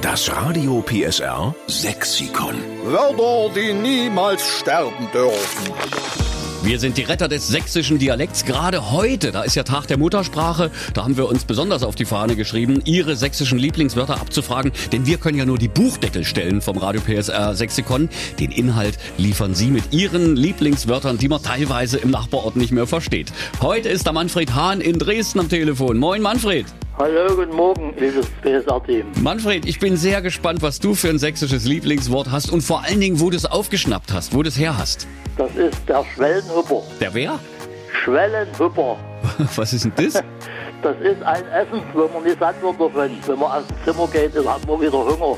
Das Radio PSR Sexikon. Wörter, die niemals sterben dürfen. Wir sind die Retter des sächsischen Dialekts. Gerade heute, da ist ja Tag der Muttersprache, da haben wir uns besonders auf die Fahne geschrieben, Ihre sächsischen Lieblingswörter abzufragen, denn wir können ja nur die Buchdeckel stellen vom Radio PSR Sexikon. Den Inhalt liefern Sie mit Ihren Lieblingswörtern, die man teilweise im Nachbarort nicht mehr versteht. Heute ist der Manfred Hahn in Dresden am Telefon. Moin Manfred. Hallo, guten Morgen, liebes PSR-Team. Manfred, ich bin sehr gespannt, was du für ein sächsisches Lieblingswort hast und vor allen Dingen, wo du es aufgeschnappt hast, wo du es her hast. Das ist der Schwellenhupper. Der wer? Schwellenhupper. Was ist denn das? Das ist ein Essen, wenn man nicht satt wird davon. Wenn man aus dem Zimmer geht, dann hat man wieder Hunger.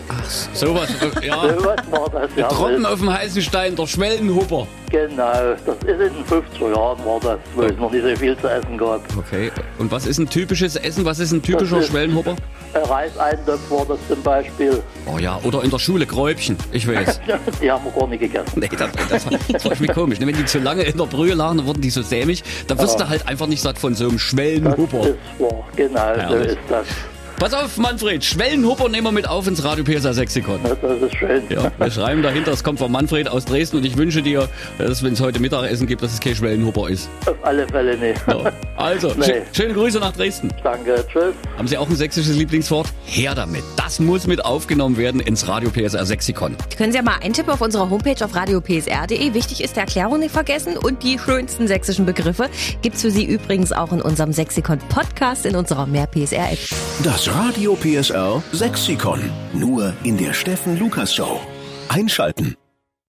Sowas, äh, ja. So was war das ja. Tropfen auf dem heißen Stein, der Schwellenhupper. Genau, das ist in den 50er Jahren war das, wo es noch nicht so viel zu essen gab. Okay. Und was ist ein typisches Essen? Was ist ein typischer Das ist- Schwellenhupper? Ein Reiseintopf war das zum Beispiel. Oh ja, oder in der Schule Gräubchen. Ich weiß. Die haben wir gar nicht gegessen. Nee, das, das, war, das war irgendwie komisch. ne? Wenn die zu lange in der Brühe lagen, dann wurden die so sämig. Da wirst du halt einfach nicht satt von so einem Das Schwellenhupper. ist wahr, genau, so Herrlich. ist das. Pass auf, Manfred. Schwellenhupper nehmen wir mit auf ins Radio PSA Sexikon. Das ist schön. Ja, wir schreiben dahinter, es kommt von Manfred aus Dresden und ich wünsche dir, dass wenn es heute Mittagessen gibt, dass es kein Schwellenhupper ist. Auf alle Fälle nicht. Ja. Also, Nee. schö- schöne Grüße nach Dresden. Danke, tschüss. Haben Sie auch ein sächsisches Lieblingswort? Her damit. Das muss mit aufgenommen werden ins Radio PSR Sexikon. Können Sie ja mal eintippen auf unserer Homepage auf radiopsr.de. E. Wichtig ist die Erklärung nicht vergessen und die schönsten sächsischen Begriffe gibt's für Sie übrigens auch in unserem Sexikon Podcast in unserer Mehr PSR App. Das Radio PSR Sexikon. Nur in der Steffen Lukas Show. Einschalten.